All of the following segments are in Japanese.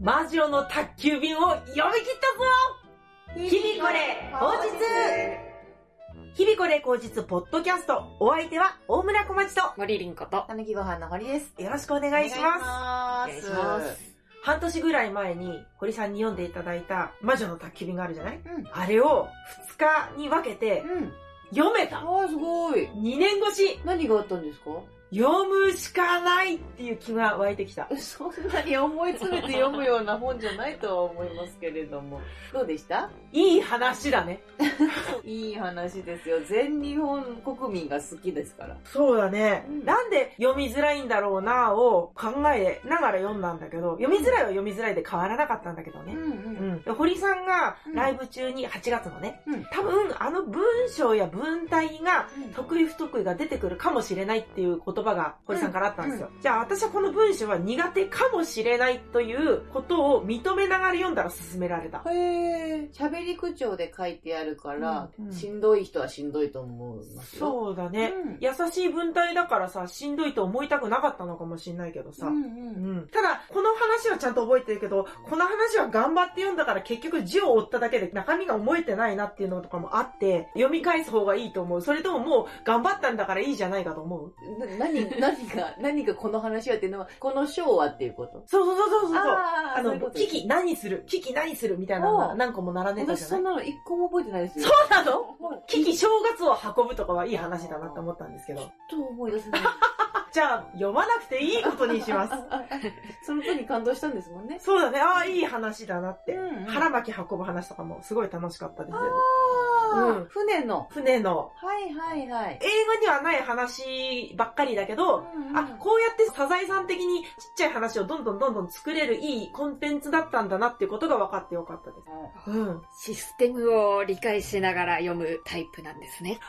魔女の宅急便を読み切ったぞ日々これ、口実日々これ、口実、ポッドキャスト。お相手は、大村小町と、森凛子と。おたぬきご飯の堀です。よろしくお願いします。お願いします。半年ぐらい前に、堀さんに読んでいただいた、魔女の宅急便があるじゃないうん。あれを、2日に分けて、うん。読めたああ、すごい。 !2 年越し何があったんですか読むしかないっていう気が湧いてきた。そんなに思い詰めて読むような本じゃないとは思いますけれども。どうでしたいい話だね。いい話ですよ。全日本国民が好きですから。そうだねうんなんで読みづらいんだろうなぁを考えながら読んだんだけど、読みづらいは読みづらいで変わらなかったんだけどね。ん。うん、堀さんがうんライブ中に8月のね、うん多分あの文章や文体がうん得意不得意が出てくるかもしれないっていう言葉が堀さんからあったんですよ、じゃあ私はこの文章は苦手かもしれないということを認めながら読んだら勧められた、へえ。喋り口調で書いてあるから、うんうんしんどい人はしんどいと思いますよ。そうだね、うん優しい文体だからさしんどいと思いたくなかったのかもしれないけどさ、うんうんただ、この話はちゃんと覚えてるけど、この話は頑張って読んだから結局字を追っただけで中身が覚えてないなっていうのとかもあって、読み返す方がいいと思う。それとももう頑張ったんだからいいじゃないかと思う。な何、何が、何がこの話はっていうのは、この章はっていうこと。そうそうそうそうそう。ああーそういの、うこと危機何する危機何するみたいなのおがう何個も並んでた私じゃそないんなの一個も覚えてないですよ。そうなのもう危機正月を運ぶとかはいい話だなって思ったんですけど。ちょっと思い出せない。じゃあ、読まなくていいことにします。 その時に感動したんですもんね。そうだね。ああ、いい話だなって。うんうん腹巻き運ぶ話とかもすごい楽しかったですよね。あうんあ、船の。船のはいはいはい。映画にはない話ばっかりだけど、あ、あ、こうやってサザエさん的にちっちゃい話をどんどんどんどん作れるいいコンテンツだったんだなっていうことが分かってよかったです。うん。システムを理解しながら読むタイプなんですね。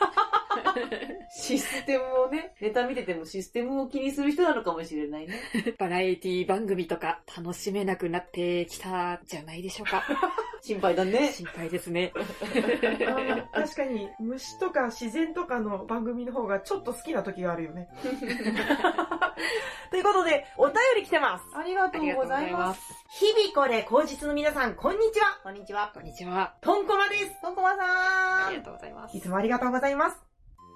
システムをね、ネタ見ててもシステムを気にする人なのかもしれないね。バラエティ番組とか楽しめなくなってきたんじゃないでしょう か。心配だね。心配です ね。確かに虫とか自然とかの番組の方がちょっと好きな時があるよね。 ということで、お便り来てます。ありがとあうりがとうごござざいいま。ますす。日々これ、口実の皆さん、こんにちは。こんにちは。こんにちは。とんこまです。とんこまさん。あありがとうございます。いつもありがとうございます。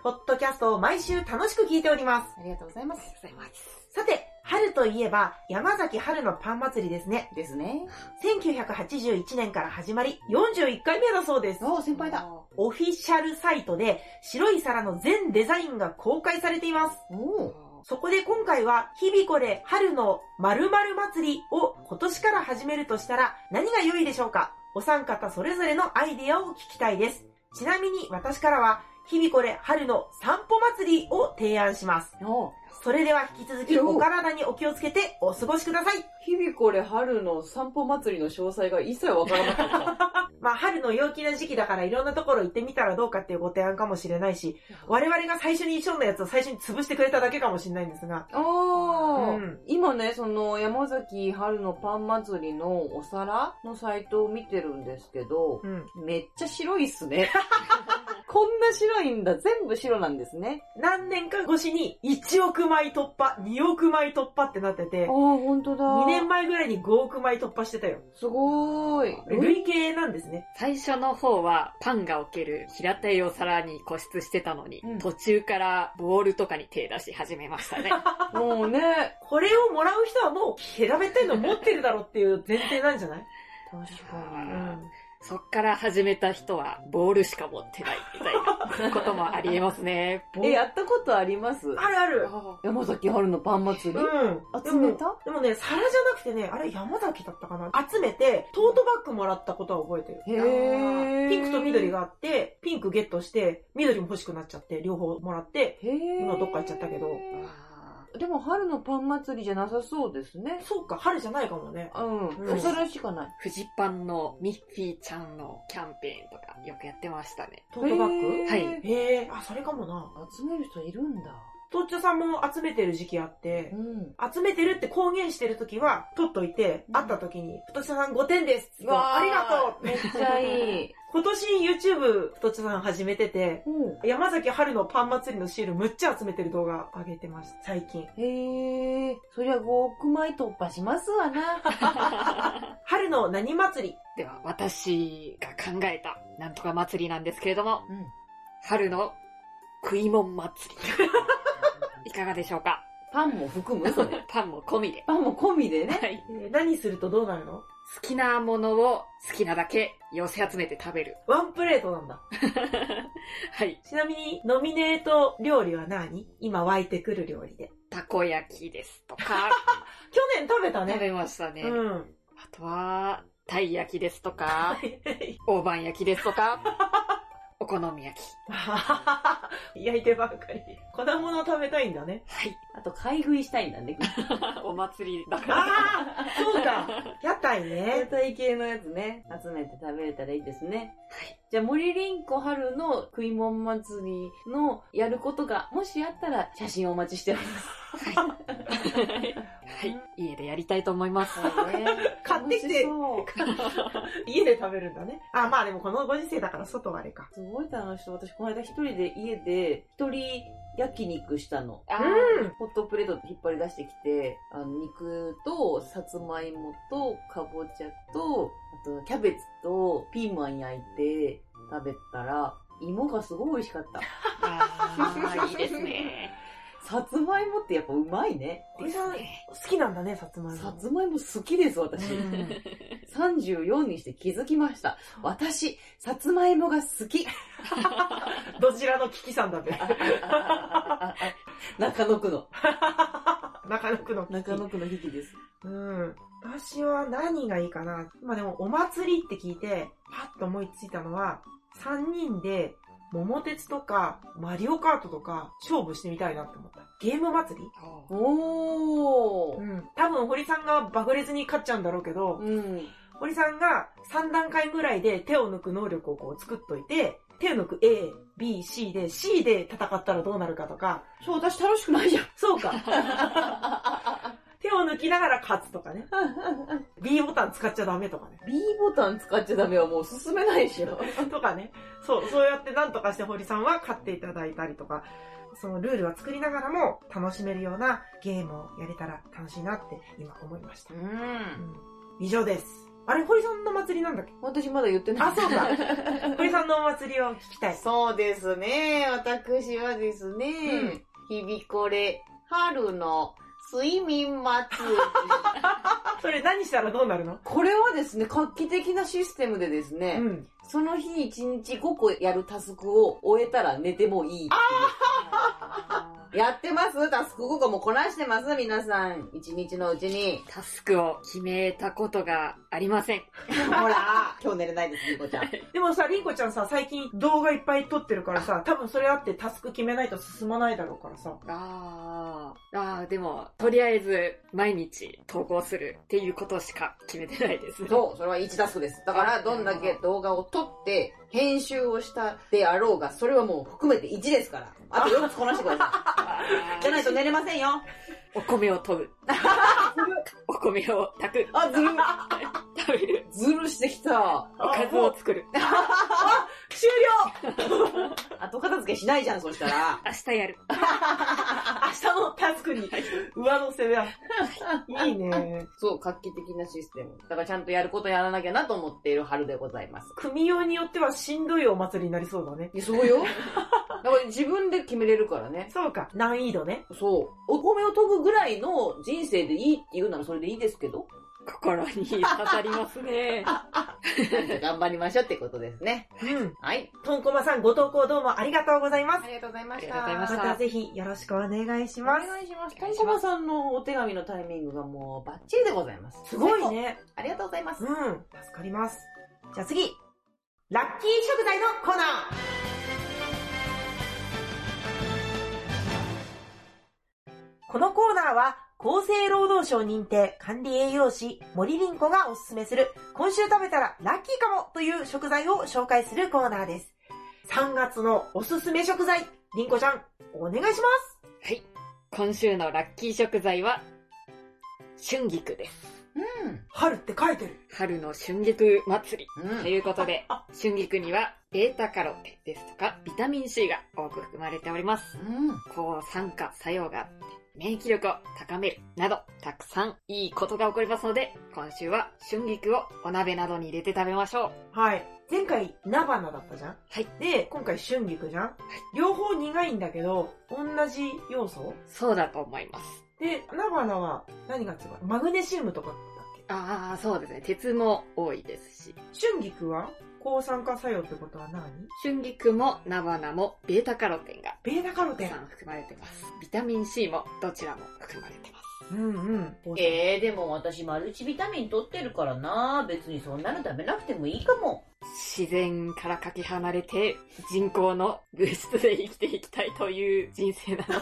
ポッドキャストを毎週楽しく聞いております。りがとうございます。ありがとうございます。さて、春といえば、山崎春のパン祭りですね。ですね。 1981年から始まり、41回目だそうです。おー、先輩だ。おオフィシャルサイトで、白い皿の全デザインが公開されています。おー。ー。そこで今回は、日々これ春の〇〇祭りを今年から始めるとしたら、何が良いでしょうかお三方それぞれのアイデアを聞きたいです。ちなみに私からは、日々これ春の散歩祭りを提案します。おーそれでは引き続きお体にお気をつけてお過ごしください。日々これ春の散歩祭りの詳細が一切わからなかった。まあ、春の陽気な時期だからいろんなところ行ってみたらどうかっていうご提案かもしれないし、我々が最初に一緒のやつを最初に潰してくれただけかもしれないんですが、あー、うん今ね、その山崎春のパン祭りのお皿のサイトを見てるんですけど、うん。めっちゃ白いっすね。 こんな白いんだ。全部白なんですね。何年か越しに1億枚突破、2億枚突破ってなっててあー、、ほんとだ。 2年前ぐらいに5億枚突破してたよ。すごーい。累計なんですね。最初の方はパンが置ける平たいお皿に固執してたのに、うん途中からボールとかに手出し始めました ね。もうね。これをもらう人はもう平べったいの持ってるだろうっていう前提なんじゃない確うかん。そっから始めた人はボールしか持ってないみたいなこともあり えますね。に。え、やったことありますあるある。山崎春のパン祭り、うん。集めたでもね、皿じゃなくてね、あれ山崎だったかな集めて、トートバッグもらったことは覚えてる。へー。ピンクと緑が。があって、ピンクゲットして、緑も欲しくなっちゃって、両方もらって、へー。今どっか行っちゃったけどでも春のパン祭りじゃなさそうですね。そうか、春じゃないかもね。うん。うんお皿しかない。フジパンのミッフィーちゃんのキャンペーンとかよくやってましたね。トートバッグへーはいへえ、あ、それかもな。集める人いるんだ。トッチョさんも集めてる時期あって、うん。集めてるって公言してる時は、取っといて、うん会った時に、太田さん5点ですって言ってありがとうめっちゃい い。今年 YouTube 太田さん始めてて、う山崎春のパン祭りのシールむっちゃ集めてる動画上げてます、最近。ん。へえ、そりゃ5億枚突破しますわな。春の何祭りでは、私が考えた、なんとか祭りなんですけれども、うん春の食いもん祭り。いかがでしょうかパンも含むそれ。 パンも込みで。パンも込み でね。はい。えー何するとどうなるの好きなものを好きなだけ寄せ集めて食べる。ワンプレートなんだ。はい。ちなみに、ノミネート料理は何今湧いてくる料理で。たこ焼きですとか、去年食べた食ね。べましたね。うん。あとは、たい焼きですとか、大判焼きですとか、お好み焼き。 焼いてばっかり。粉物食べたいんだね。はい。あと、買い食いしたいんだね。 お祭りだから。ああそうか屋台生 ね。態系のやつね。集めて食べれたらいいですね。はい。じゃあ、森凛子春の食いもん祭りのやることが、もしあったら写真お待ちしております。 はい。家でやりたいと思います。 買ってきて楽しそう家で食べるんだね。あ、まあでもこのご時世だから外はあれか。すごい楽しそう。私、この間一人で家で、一人焼肉したの。あうん。ホットプレート引っ張り出してきて、あの、肉と、さつまいもと、かぼちゃと、あと、キャベツと、ピーマン焼いて食べたら、芋がすごい美味しか った。あー、いいですね。。さつまいもってやっぱうまいね。おじさん好きなんだね、さつまいも。さつまいも好きです、私。うん34にして気づきました。私、さつまいもが好 き。どちらの危機さん だね。中野区の。中野区の危機。中野区の引きです。うん。私は何がいいかな。今でもお祭りって聞いて、パッと思いついたのは、3人で、桃鉄とか、マリオカートとか、勝負してみたいなって思った。ゲーム祭りおうー。ん。多分、堀さんが爆裂に勝っちゃうんだろうけど、うん。堀さんが3段階ぐらいで手を抜く能力をこう作っといて、手を抜く A、B、C で、C で戦ったらどうなるかとか、そう、私楽しくないじゃん。そう か。手を抜きながら勝つとかね。B ボタン使っちゃダメとかね。 B ボタン使っちゃダメはもう進めないでしょ。とかね。そう、そうやってなんとかして堀さんは勝っていただいたりとか、そのルールは作りながらも楽しめるようなゲームをやれたら楽しいなって今思いました。ん。以上です。あれ、堀さんの祭りなんだっけ私まだ言ってない。あ、そうか。 堀さんのお祭りを聞きたい。そうですね。私はですね、日々これ、春の睡眠祭り。それ何したらどうなるの これはですね、画期的なシステムでですね、ん。その日1日5個やるタスクを終えたら寝てもいいっていうやってますタスク5個もこなしてます皆さん。1日のうちにタスクを決めたことがありません。ほら、今日寝れないです、リコちゃん。でもさ、りんこちゃんさ、最近動画いっぱい撮ってるからさ、多分それあってタスク決めないと進まないだろうからさ。あーあー、でも、とりあえず、毎日投稿するっていうことしか決めてないですね。そう、それは1タスクです。だから、どんだけ動画を撮って、編集をしたであろうが、それはもう含めて1ですから。あと4つこなしてください。 じゃないと寝れませんよ。お米を 研ぐ。お米を炊く。あ、ずる、食べる。ずるしてきた。おかずを作る。終後片付けしないじゃん、そしたら。 明日やる。了明日のタスクに 上乗せだ。いいね。そう、画期的なシステム。だからちゃんとやることやらなきゃなと思っている春でございます。組用によってはしんどいお祭りになりそうだね。いやそうよ。 だから自分で決めれるからね。そうか。難易度ね。そう。お米を研ぐぐらいの人生でいいって言うならそれでいいですけど。心に刺さりますね。頑張りましょうってことですね。うん。はい。とんこまさんご投稿どうもありがとうございます。りがとうございましたありがとうございましたまたぜひよろしくお願いしおます。願いします。とんこまさんのお手紙のタイミングがもうバッチリでございます。すごい。ね。ありがとうございます。うん。助かります。じゃあ次。ラッキー食材のコーナー。このコーナーは、厚生労働省認定管理栄養士森凛子がおすすめする、今週食べたらラッキーかもという食材を紹介するコーナーです。3月のおすすめ食材、凛子ちゃん、お願いします。はい。今週のラッキー食材は、春菊です。うん。春って書いてる。春の春菊祭り。うとん。いうことで、あ、春菊には、ベータカロテンですとか、ビタミン C が多く含まれております。うん。抗酸化作用があって、免疫力を高めるなど、たくさんいいことが起こりますので、今週は春菊をお鍋などに入れて食べましょう。はい。前回、菜花だったじゃんはい。で、今回、春菊じゃん、両方苦いんだけど、同じ要素そうだと思います。で、菜花は何が違うマグネシウムとかだっああ、そうですね。鉄も多いですし、け春菊は抗酸化作用ってことは何春菊も菜花もベータカロテンがベータカロたテくンさ。ん含まれてます。ビタミン C もどちらも含まれてまうす。んうん。えー、でも私マルチビタミン取ってるからな別にそんなの食べなくてもいいかも。自然からかけ離れて人工の物質で生きていきたいという人生なの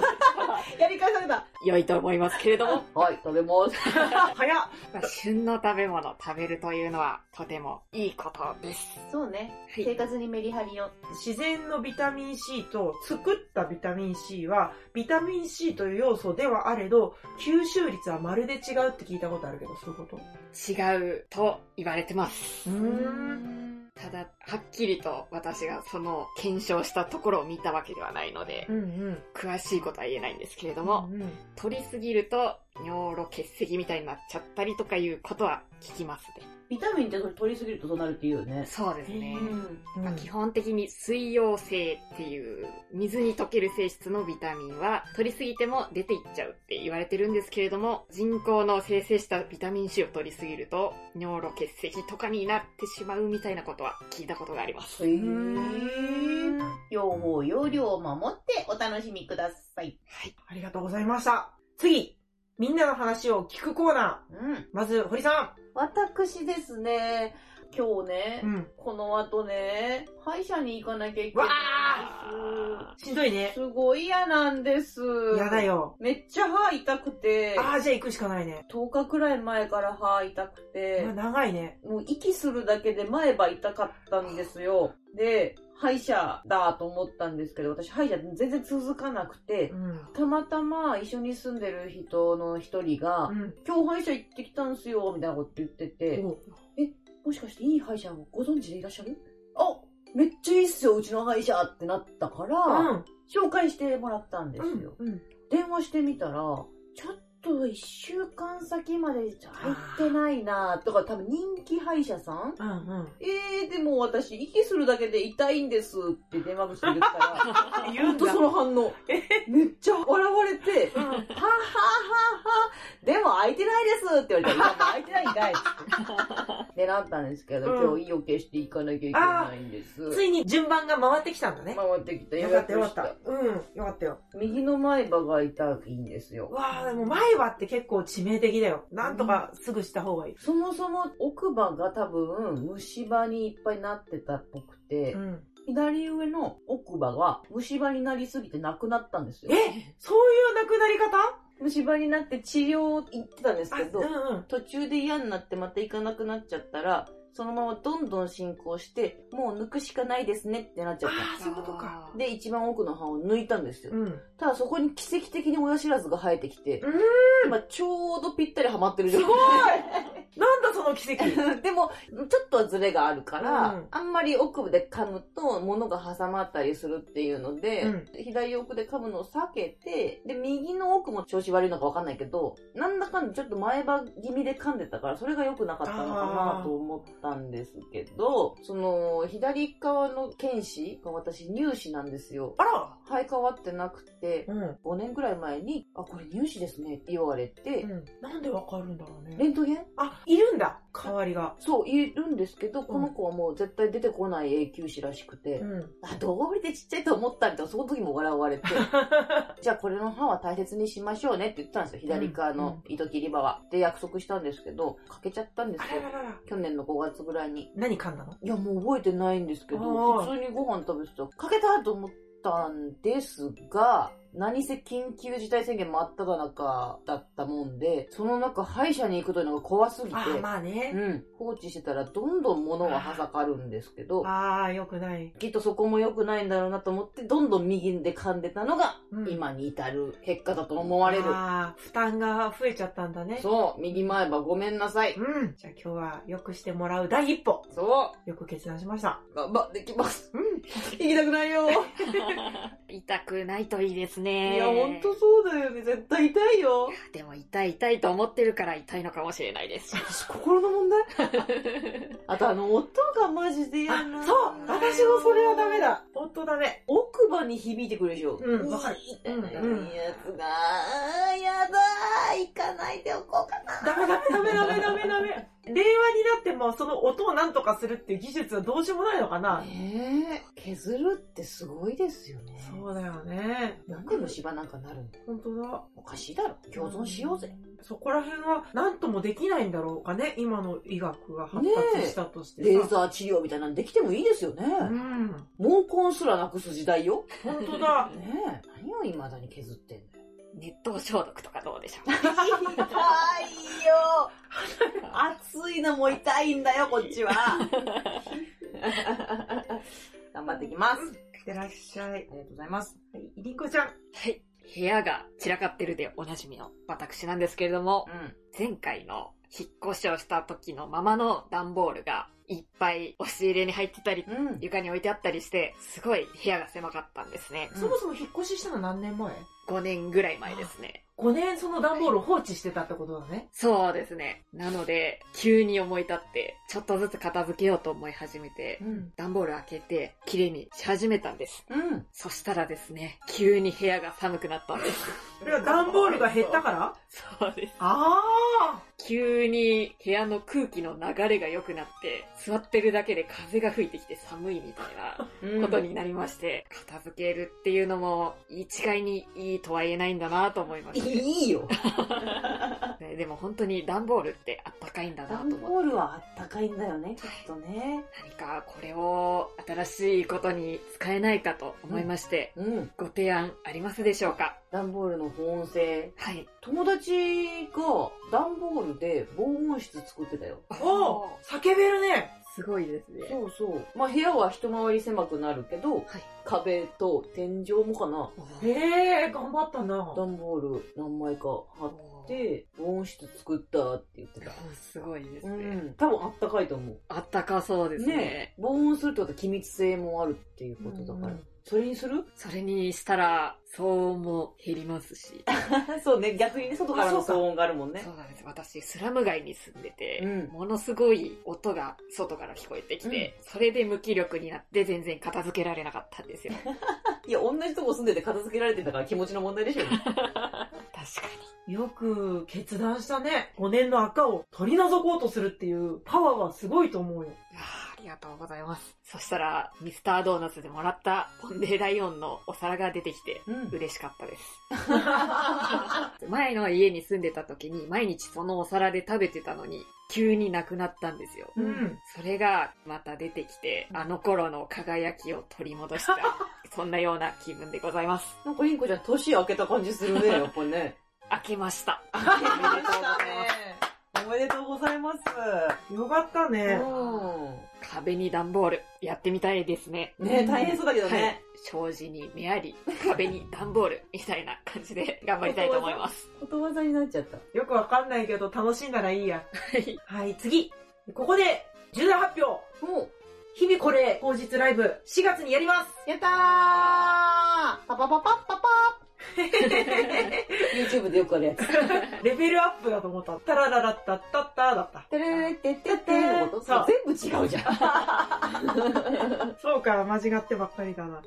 でやり返された良いと思いますけれども、 はい、食べます。早っまあ旬の食べ物を食べるというのはとてもいいことです。そうね。はい生活にメリハリを。自然のビタミン C と作ったビタミン C は、ビタミン C という要素ではあれど、吸収率はまるで違うって聞いたことあるけど、そういうこと違うと言われてます。うん。ただ、はっきりと私がその検証したところを見たわけではないのでう、ん詳しいことは言えないんですけれどうん。も、うんうん取りすぎると尿路結石みたいになっちゃったりとかいうことは聞きますね。ビタミンって取りすぎるとそうなるって言うよね。そうですね。うん。うんまあ基本的に水溶性っていう水に溶ける性質のビタミンは取りすぎても出ていっちゃうって言われてるんですけれども人工の生成したビタミン C を取りすぎると尿路結石とかになってしまうみたいなことは聞いたことがあります。へー。用法、用量を守ってお楽しみください。はい。ありがとうございました。次、みんなの話を聞くコーナうん。ー。まず、堀さ私ですね、今日ね、ん。うん。この後ね、歯医者に行かなきゃいけないんしんどいでねす。。すごい嫌なんです。やだよ。めっちゃ歯痛くて、ああ、じゃあ行くしかないね。 10日くらい前から歯痛くてまあ、、長いね。もう息するだけで前歯痛かったんですよ。で、歯医者だと思ったんですけど、私歯医者全然続かなくてう、ん。たまたま一緒に住んでる人の一人が、うん。今日歯医者行ってきたんすよ、みたいなこと言ってて、おもしかしていい歯医者をご存知でいらっしゃるあめっちゃいいっすよ、うちの歯医者ってなったから、うん。紹介してもらったんですよ。うん。電話してみたら、ちょっと一週間先まで入ってないなとか、多分人気歯医者さんうん。 うん。えー、でも私、息するだけで痛いんですって電話口で言ったら、 言ほんとその反応。めっちゃ笑われて、ははははでも空いてないですって言われて、いや、もう空いてないん かいっつって。で、なったんですけど、うん今日意を決していかなきゃいけないんです。ついに順番が回ってきたんだね。回ってきた。よかったよかった。うん。よかったよ。右の前歯が痛いんですよ。わあ、でも前歯って結構致命的だよ。なんとかすぐした方がいい。そもそも奥歯が多分虫歯にいっぱいなってたっぽくて、うん。左上の奥歯が虫歯になりすぎてなくなったんですよ。えそういうなくなり方虫歯になって治療行ってたんですけど、あ、うんうん。途中で嫌になってまた行かなくなっちゃったら、そのままどんどん進行して、もう抜くしかないですねってなっちゃっあーそういうことかあた。ー。で、一番奥の歯を抜いたんですよ。うん。ただそこに奇跡的に親知らずが生えてきて、うーん今ちょうどぴったりハマってる状態。なんだその奇跡。 でも、ちょっとはズレがあるから、うんあんまり奥で噛むと物が挟まったりするっていうので、うん左奥で噛むのを避けて、で、右の奥も調子悪いのかわかんないけど、なんだかんだちょっと前歯気味で噛んでたから、それが良くなかったのかなと思ったんですけど、その、左側の剣士が私乳歯なんですよ。 あら生え変わってなくて、うん。 5年くらい前に、あ、これ乳歯ですねって言われて、なんでわかるんだろうね。レントゲンあ、いるんだ。代わりが。そう、いるんですけど、この子はもう絶対出てこない永久歯らしくて、ん。 あ、どうりでちっちゃいと思ったりとか、その時も笑われ て、じゃあこれの歯は大切にしましょうねって言ってたんですよ、左側の糸切り歯は。で、約束したんですけど、欠けちゃったんですあよら。ららら。去年の5月ぐらいに。何噛んだのいや、もう覚えてないんですけど、あー普通にご飯食べてたら、欠けたと思ったんですが、何せ緊急事態宣言真っ只中だったもんで、その中歯医者に行くというのが怖すぎて、あー、まあね。うん、放置してたらどんどん物がはさかるんですけど、ああ、よくない。きっとそこも良くないんだろうなと思って、どんどん右で噛んでたのが、うん今に至る結果だと思われる。ああ、負担が増えちゃったんだね。そう、右前歯ごめんなさい。うん。じゃあ今日は良くしてもらう第一歩。そよく決断しました。う、頑張ってきます。うん。行きたくないよ。 痛くないといいですね。いや、ほんとそうだよね。絶対痛いよ。でも痛い痛いと思ってるから痛いのかもしれないです。私、心 の問題あと、あの、音がマジで嫌なあ、そう私もそれはダメ。だ。ほんとダメ。奥歯に響いてくるでしょ。うんわかるいいみたいなうんやつが、あーやだー、行かないでおこうかな。ダメダメダメダメダメ ダメ。令和になってもその音をなんとかするっていう技術はどうしようもないのかな。ねえ削るってすごいですよね。そうだよね。なんで虫歯なんかなるのほんとだ。おかしいだろ。共存しようぜ。そこら辺は何ともできないんだろうかね。今の医学が発達したとしてさ。レーザー治療みたいなのできてもいいですよね。うん。毛根すらなくす時代よ。ほんと だ。ねえ。何を未だに削ってんの 熱湯消毒とかどうでしょう痛いよ熱いのも痛いんだよ、こっち は。頑張ってきます。いってらっしゃい。ありがとうございます。はい、りんこちゃん。はい。部屋が散らかってるでおなじみの私なんですけれども、う前回の引っ越しをした時のままの段ボールがいっぱい押し入れに入ってたり、ん。うん。床に置いてあったりして、すごい部屋が狭かったんですね。そもそも引っ越ししたの何年前5年ぐらい前ですね。 ?5 年その段ボールを放置してたってことだね。そうですね。なので、急に思い立って、ちょっとずつ片付けようと思い始めて、うん。段ボール開けて、綺麗にし始めたんです。うん。そしたらですね、急に部屋が寒くなったんです。それは段ボールが減ったからそうです。ああ急に部屋の空気の流れが良くなって、座ってるだけで風が吹いてきて寒いみたいなことになりまして、片付けるっていうのも一概にいいとは言えないんだなと思いまいしいよ。た。ねでも本当に段ボールってあったかいんだな段と思って。ボールはあったかいんだよね、きっとね。何かこれを新しいことに使えないかと思いまして、うん。ご提案ありますでしょうか段ボールの保温性。はい。友達が段ボールで防音室作ってたよ。おお叫べるねすごいですね。そうそう。まあ部屋は一回り狭くなるけど、はい壁と天井もかな。ええ頑張ったな。段ボール何枚か貼っおーて、防音室作ったって言ってた。すごいですうね。ん。多分あったかいと思う。あったかそうですねねえ防音するってことは気密性もあるっていうことだから。うんそれにするそれにしたら、騒音も減りますし。そうね、逆にね、外からの騒音があるもんねそ。うなんです。私、スラム街に住んでて、うんものすごい音が外から聞こえてきて、それで無気力になって全然片付けられなかったんです よ。いや、同じとこ住んでて片付けられてんだから気持ちの問題でしょ。確かよく決断したね。5年の赤を取り除こうとするっていうパワーはすごいと思 うよ。に。いやーありがとうございます。そしたら、ミスタードーナツでもらったポンデライオンのお皿が出てきて、うん。嬉しかったです。前の家に住んでた時に毎日そのお皿で食べてたのに、急になくなったんですよ。うん。それがまた出てきて、あの頃の輝きを取り 戻した、そんなような気分でございます。なんかインコちゃん年明けた感じす るね、やっぱね。明けました。おめでとうございまおす。めでとうございま す。よかったね。う壁に段ボール、やってみたいですね。ん。ね大変そうだけどはいね。。障子に目あり、壁に段ボール、みたいな感じ で頑張りたいと思います。ことわざになっちゃった。よくわかんないけど楽しんだらいいや。はい。はい、次。ここで、重大発表も日々これ、当日ライブ、4月にやりますう、やったーパパパパッパパー YouTube でよくあるやつ。レベルアップだと思った。タラララッタッタッターだった。てれれてててのことそう全部違うじゃん。 そうか、間違ってばっかりだ な。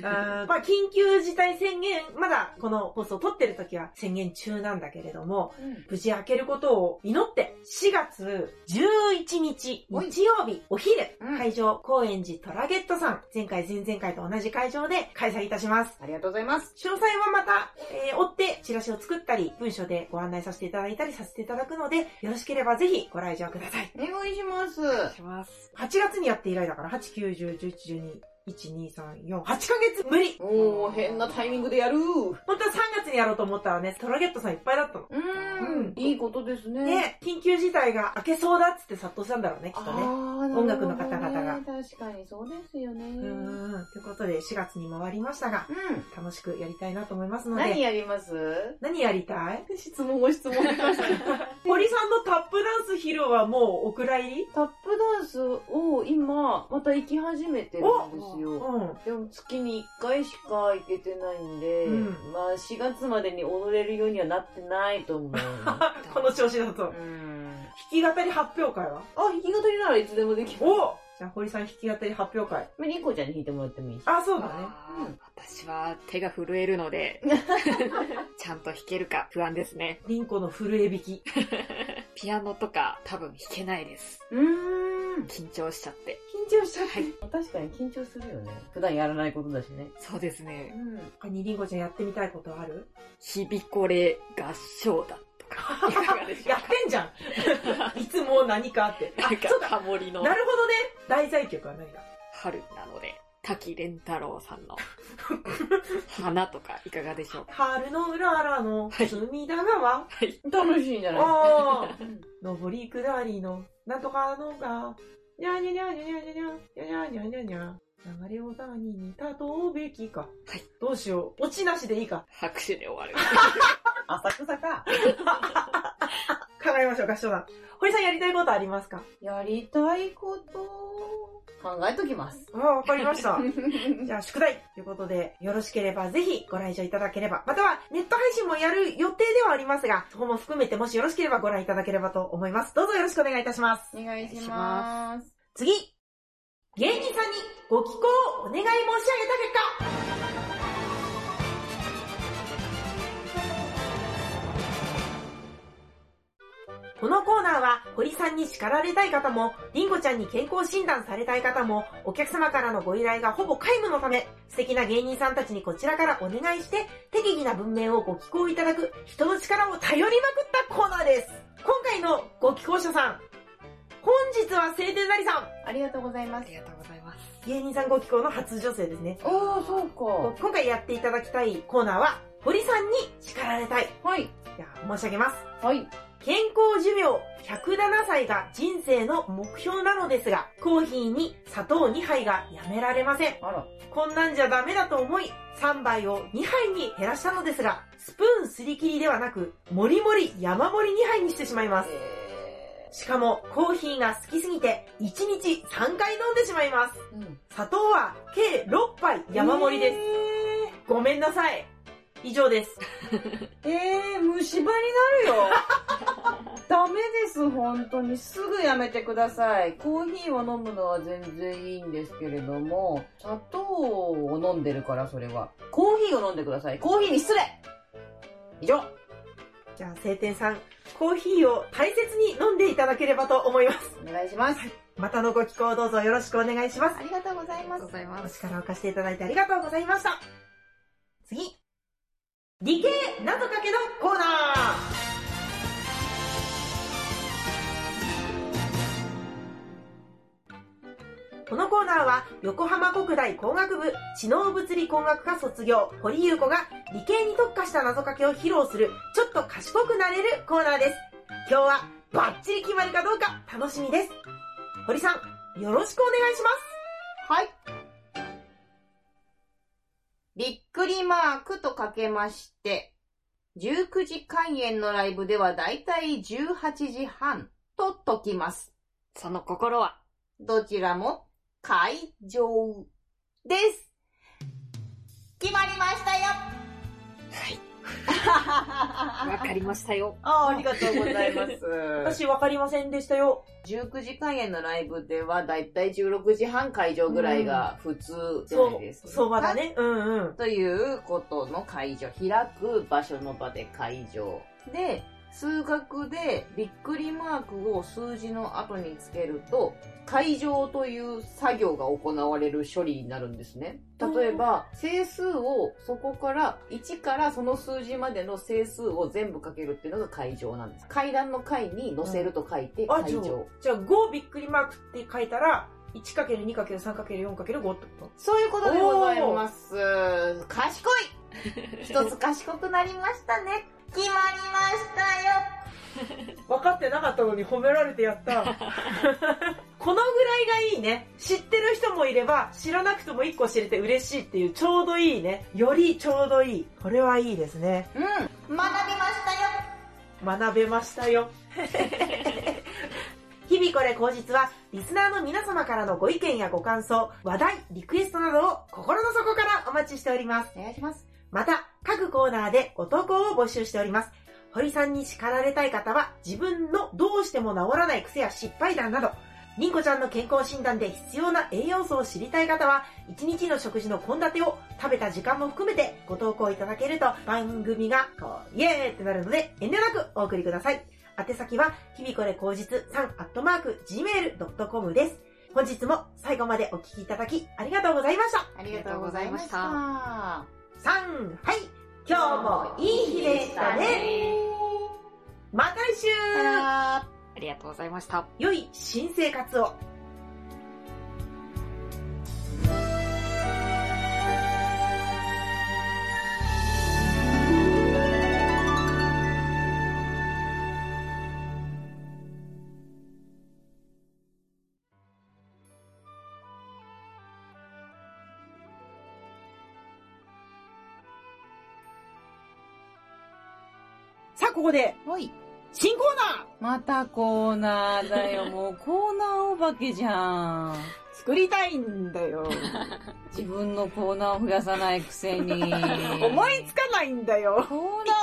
あーまあ、緊急事態宣言、まだこの放送を撮ってる時は宣言中なんだけれども、無事開けることを祈って、4月11日、はい日曜日、お昼、うん会場、高円寺トラゲットさん、前回、前々回と同じ会場で開催いたします。ありがとうございます。詳細はまた、えー追って、チラシを作ったり、文章でご案内させていただいたりさせていただくので、よろしければぜひご来場ください。お願いします。します。 8月にやって以来だから、8、9、10、11、12、 1、2、3、4、8ヶ月無理おー、変なタイミングでやるう本当は3月にやろうと思ったらね、トラゲットさんいっぱいだったの。ん、いいことですね。ね、緊急事態が明けそうだっつって殺到したんだろうね、きっとあね。ー音楽の方々がなるほどね確かにそうですよね。うーん。ということで、4月に回りましたが、う楽しくやりたいなと思いますん。ので。何やります何やりたい質問を質問しました。堀さんのタップダンス披露はもうお蔵入りタップダンスを今、また行き始めてるんです よ。うでも月に1回しか行けてないんで、うんまあ4月までに踊れるようにはなってないと 思う。ん。この調子だと。うん。弾き語り発表会はあ、弾き語りならいつでもできる。おじゃあ堀さん弾き語り発表会。まあリコちゃんに弾いてもらってもいいし。あ、そうだね。あー私は手が震える ので、ちゃんと弾けるか不安ですね。リンコの震え引き。ピアノとか多分弾けないです。うーん。緊張しちゃって。緊張しちゃって。確かに緊張するよね。普段やらないことだしね。そうですね。ん。他にリンコちゃんやってみたいことある響これ合唱だとか。いかがでしょやってんじゃ んいつも何かあって。うか。なんかそうだハモリのなるほどね。題材曲は何だ春なので、滝蓮太郎さんの花とかいかがでしょうか。春のうららの隅田川。はい。楽しいんじゃないああ。うん上り下りの、なんとかのが、にゃにゃにゃにゃにゃにゃにゃ、にゃにゃにゃにゃにゃ、流れを谷にたとうべきか。はい。どうしよう。落ちなしでいいか。拍手で終わる。浅草か。考えましょう、合唱団。堀さんやりたいことありますかやりたいこと考えとき ます。ああ、わかりま した。じはゃあ、宿題ということで、よろしければぜひご来場いただければ、またはネット配信もやる予定ではありますが、そこも含めてもしよろしければご覧いただければと思います。どうぞよろしくお願いいたします。お願いししま。ます次芸人さんにご寄稿をお願い申し上げた結果このコーナーは、堀さんに叱られたい方も、りんごちゃんに健康診断されたい方も、お客様からのご依頼がほぼ皆無のため、素敵な芸人さんたちにこちらからお願いして、適宜な文面をご寄稿いただく、人の力を頼りまくったコーナーです。今回のご寄稿者さん、本日は晴天なりさん、ありがとうございまあすり。がとうございます。芸人さんご寄稿の初女性ですね。ああ、そうか。今回やっていただきたいコーナーは、堀さんに叱られたい。はい。じゃあ、申し上げます。はい。健康寿命107歳が人生の目標なのですが、コーヒーに砂糖2杯がやめられません。あら。こんなんじゃダメだと思い、3杯を2杯に減らしたのですが、スプーンすり切りではなく、もりもり山盛り2杯にしてしまいます。えしかも、コーヒーが好きすぎて、1日3回飲んでしまいます。ーうん。砂糖は計6杯山盛りです。ごめんなさい。以上です。えー、えー、虫歯になるよ。 ダメです、本当に。すぐやめてください。コーヒーを飲むのは全然いいんですけれども、砂糖を飲んでるから、それは。コーヒーを飲んでください。コーヒーに失礼以上じゃあ、晴天さん、コーヒーを大切に飲んでいただければと思います。お願いします。またのご寄稿どうぞよろしくお願いします。ありがとうございあまりがとうございおます。力を貸していただいてありがとうございました。次。理系謎かけのコーナーこのコーナーは横浜国大工学部知能物理工学科卒業堀優子が理系に特化した謎かけを披露するちょっと賢くなれるコーナーです。今日はバッチリ決まるかどうか楽しみです。堀さん、よろしくお願いします。はい。びっくりマークとかけまして、19時開演のライブではだいたい18時半と解きます。その心は、どちらも会場です。決まりましたよはい。あわかりましたよ。 ありがとうございます。 私分かりませんでしたよ。 19時開演のライブではだいたい16時半会場ぐらいが普通じゃそなういです、、かそばだね。うんうん。ということの会場、開く場所の場で会場。で、数学でびっくりマークを数字の後につけると、会場という作業が行われる処理になるんですね。例えば、整数をそこから1からその数字までの整数を全部かけるっていうのが会場なんです。階段の階に載せると書いてあ、会じゃあ場。、じゃあ5びっくりマークって書いたら、 1×2×3×4×5 ってことそういうことでございます。賢い一つ賢くなりましたね。決まりましたよ。分かってなかったのに褒められてやった このぐらいがいいね知ってる人もいれば知らなくても1個知れて嬉しいっていうちょうどいいねよりちょうどいいこれはいいですねうん。学びましたよ。学べました よ日々これ口実はリスナーの皆様からのご意見やご感想話題リクエストなどを心の底からお待ちしておりますお願いします。また、各コーナーでご投稿を募集しております。堀さんに叱られたい方は、自分のどうしても治らない癖や失敗談など、りんこちゃんの健康診断で必要な栄養素を知りたい方は、一日の食事の献立を食べた時間も含めてご投稿いただけると、番組がこう、イエーイってなるので、遠慮なくお送りください。宛先は、日々これ口実3-gmail.com です。本日も最後までお聞きいただき、ありがとうございました。ありがとうございましたた。さん、はい。今日もいい日でしたね。また来さよな週らありがとうございました。良い新生活を。さあ、ここで、はい。新コーナーまたコーナ ーだよ。もうコーナーお化けじゃん。作りたいんだよ。自分のコーナーを増やさないくせに。思いコー思いつかないんだよ。ナー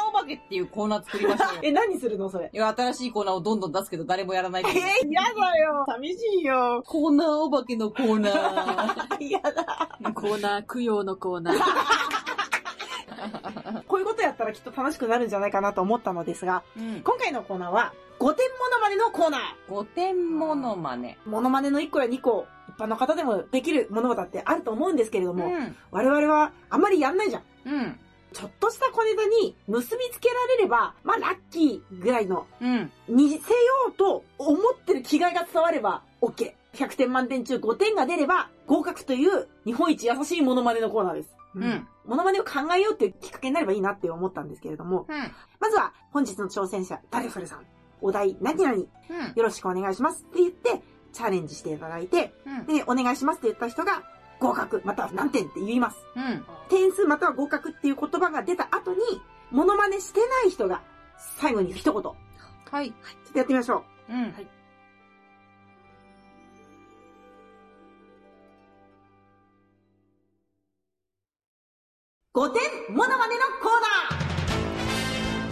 お化けっていうコーナー作りました よ。え、何するのそれ。いや、新しいコーナーをどんどん出すけど誰もやらな いっていう。え、嫌だよ。寂しいよ。コーナーお化けのコーナ ー。嫌だ。コーナー、供養のコーナー。こういうことやったらきっと楽しくなるんじゃないかなと思ったのですが、うん。今回のコーナーは、5点モノマネのコーナー。 5点モノマネ。モノマネの1個や2個、一般の方でもできるものだってあると思うんですけれども、うん。我々はあんまりやんないじゃん。うん。ちょっとした小ネタに結びつけられれば、まあラッキーぐらいの、うん。にせようと思ってる気概が伝われば OK。100点満点中5点が出れば合格という日本一優しいモノマネのコーナーです。うん。モノマネを考えようっていうきっかけになればいいなって思ったんですけれども、うん。まずは本日の挑戦者、誰それさん。お題、何々、ようん。ろしくお願いしますって言って、チャレンジしていただいて、うん。で、お願いしますって言った人が、合格、または何点って言います。うん。点数または合格っていう言葉が出た後に、モノマネしてない人が、最後に一言。ちょはい。っとやってみましょう。うん。 5点モノマネのコーナー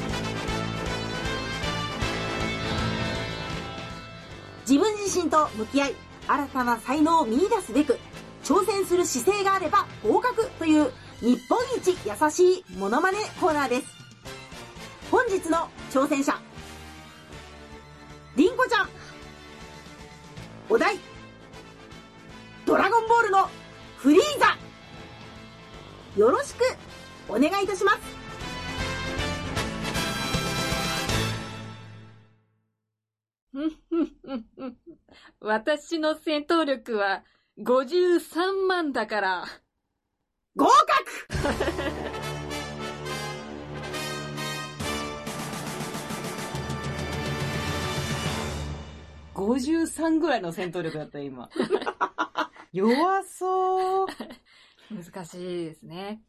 自分自身と向き合い、新たな才能を見出すべく、挑戦する姿勢があれば合格という日本一優しいモノマネコーナーです。本日の挑戦者、りんこちゃん。お題、ドラゴンボールのフリーザ。よろしくお願いいたします。私の戦闘力は53万だから。合格53ぐらいの戦闘力だったよ、今。弱そう。難しいですね。